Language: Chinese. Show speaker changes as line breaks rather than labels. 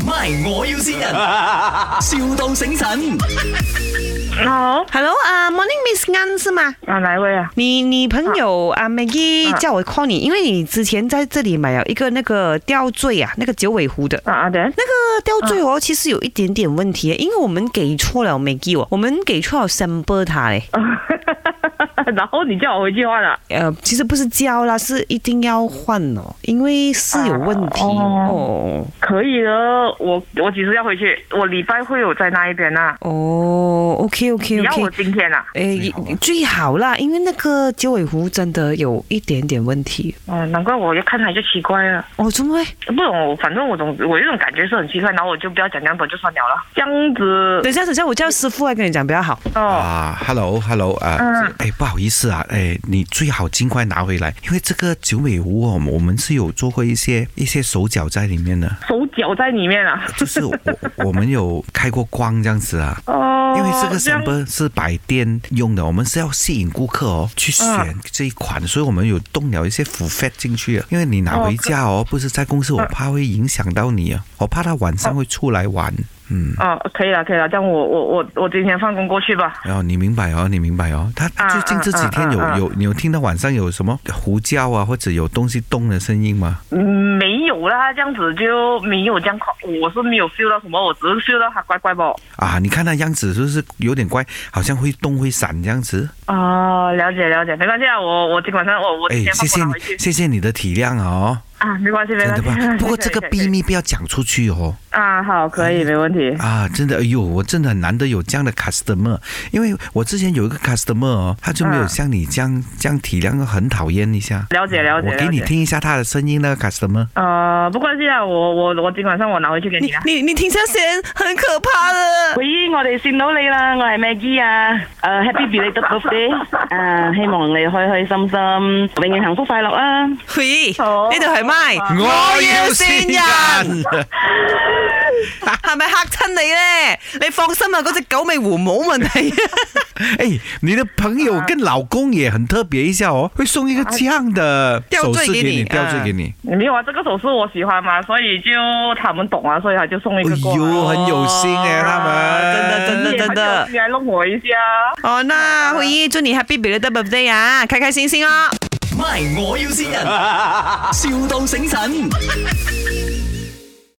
My，我要先人，, 笑到醒神。
好，
Hello 啊、m o r n i n g Miss An 是吗？
啊，哪一位啊？
你你朋友啊 Maggie
啊
叫我 call 你，因为你之前在这里买了一个那个吊坠啊，那个九尾狐的。
啊啊，等，
那个吊坠哦，其实有一点点问题，因为我们给错了 Maggie 哦，我们给错了 sample 它嘞。
然后你叫我回去换了。
呃，其实不是交啦，是一定要换哦，因为是有问题
啊
哦
可以的，我我几时要回去？我礼拜会有在那一边呐、
哦，OK
你
OK
要
OK
我。今天啊？
诶，最好啦，因为那个九尾狐真的有一点点问题
哦，难怪我一看他就奇怪了，
哦，怎么会？
不懂我，反正我总我有一种感觉是很奇怪，然后我就不要讲这样多，就算了了。这样子，
等一下，等一下，我叫师傅来跟你讲比较好。
哦，
啊，Hello，Hello，啊，
嗯
哎，不好意思啊，哎，你最好尽快拿回来，因为这个九尾狐哦，我们是有做过一些一些手脚在里面的，
手脚在里面啊。
就是我我们有开过光这样子啊。
哦，
因为这个
这样
sample 是摆店用的，我们是要吸引顾客哦去选
嗯
这一款，所以我们有动了一些腐 fat 进去啊了。因为你拿回家哦，不是在公
嗯
司，我怕会影响到你啊，我怕他晚上会出来玩。嗯，
哦，可以了，可以了，这样我我我我今天放工过去吧。
然后你明白哦，你明白哦。他
啊
最近这几天有
啊啊啊
有你有听到晚上有什么胡叫啊，或者有东西动的声音吗？
嗯，没有啦，这样子就没有这样恐，我是没有 feel 到什么，我只是 feel 到他乖乖包。
啊，你看那样子是不是有点怪，好像会动会闪这样子？
哦，了解了解，没关系啊，我我今晚上我我
哎
今天，
谢
放
谢
工拿
你
回去
谢谢你的体谅哦，
啊，没关系没
真
关系
的吧。
没关系。
不过这个
可以可以
秘密不要讲出去哦。
啊，好，可以，没问题。
啊，真的，哎呦，我真的很难得有这样的 customer，因为我之前有一个 customer 哦，他就没有
嗯
像你这样、这样体谅，很讨厌一下。
了解了解，
我给你
了解。
听一下他的声音，那个 customer。
呃，不关系啊，我我我今晚上我拿回去给你
你
啦。
你你停下先，很可怕的。
喂，我哋見到你啦，我係 Maggie 啊，誒、Happy belated birthday，誒、希望你開開心心，永遠幸福快樂啊！
喂，呢
好
度係咪？
哦
先人，係咪嚇親你咧？你放心啊，嗰只九尾狐冇問 題。
哎，你的朋友跟老公也很特别一下哦，会送一个这样的
啊吊
首
坠
饰
给
给你，
你
吊坠
嗯
给你。
没有啊，这个首饰我喜欢嘛，所以就他们懂啊，所以他就送了一
哎
个过来。
呦，很有心哎，他
啊
们。
真的哎
你
真的
也很有心来弄我一下。
哦，那慧姨祝你 Happy Belated Birthday 啊，開開心心哦。
My，我要先人，,笑到醒神。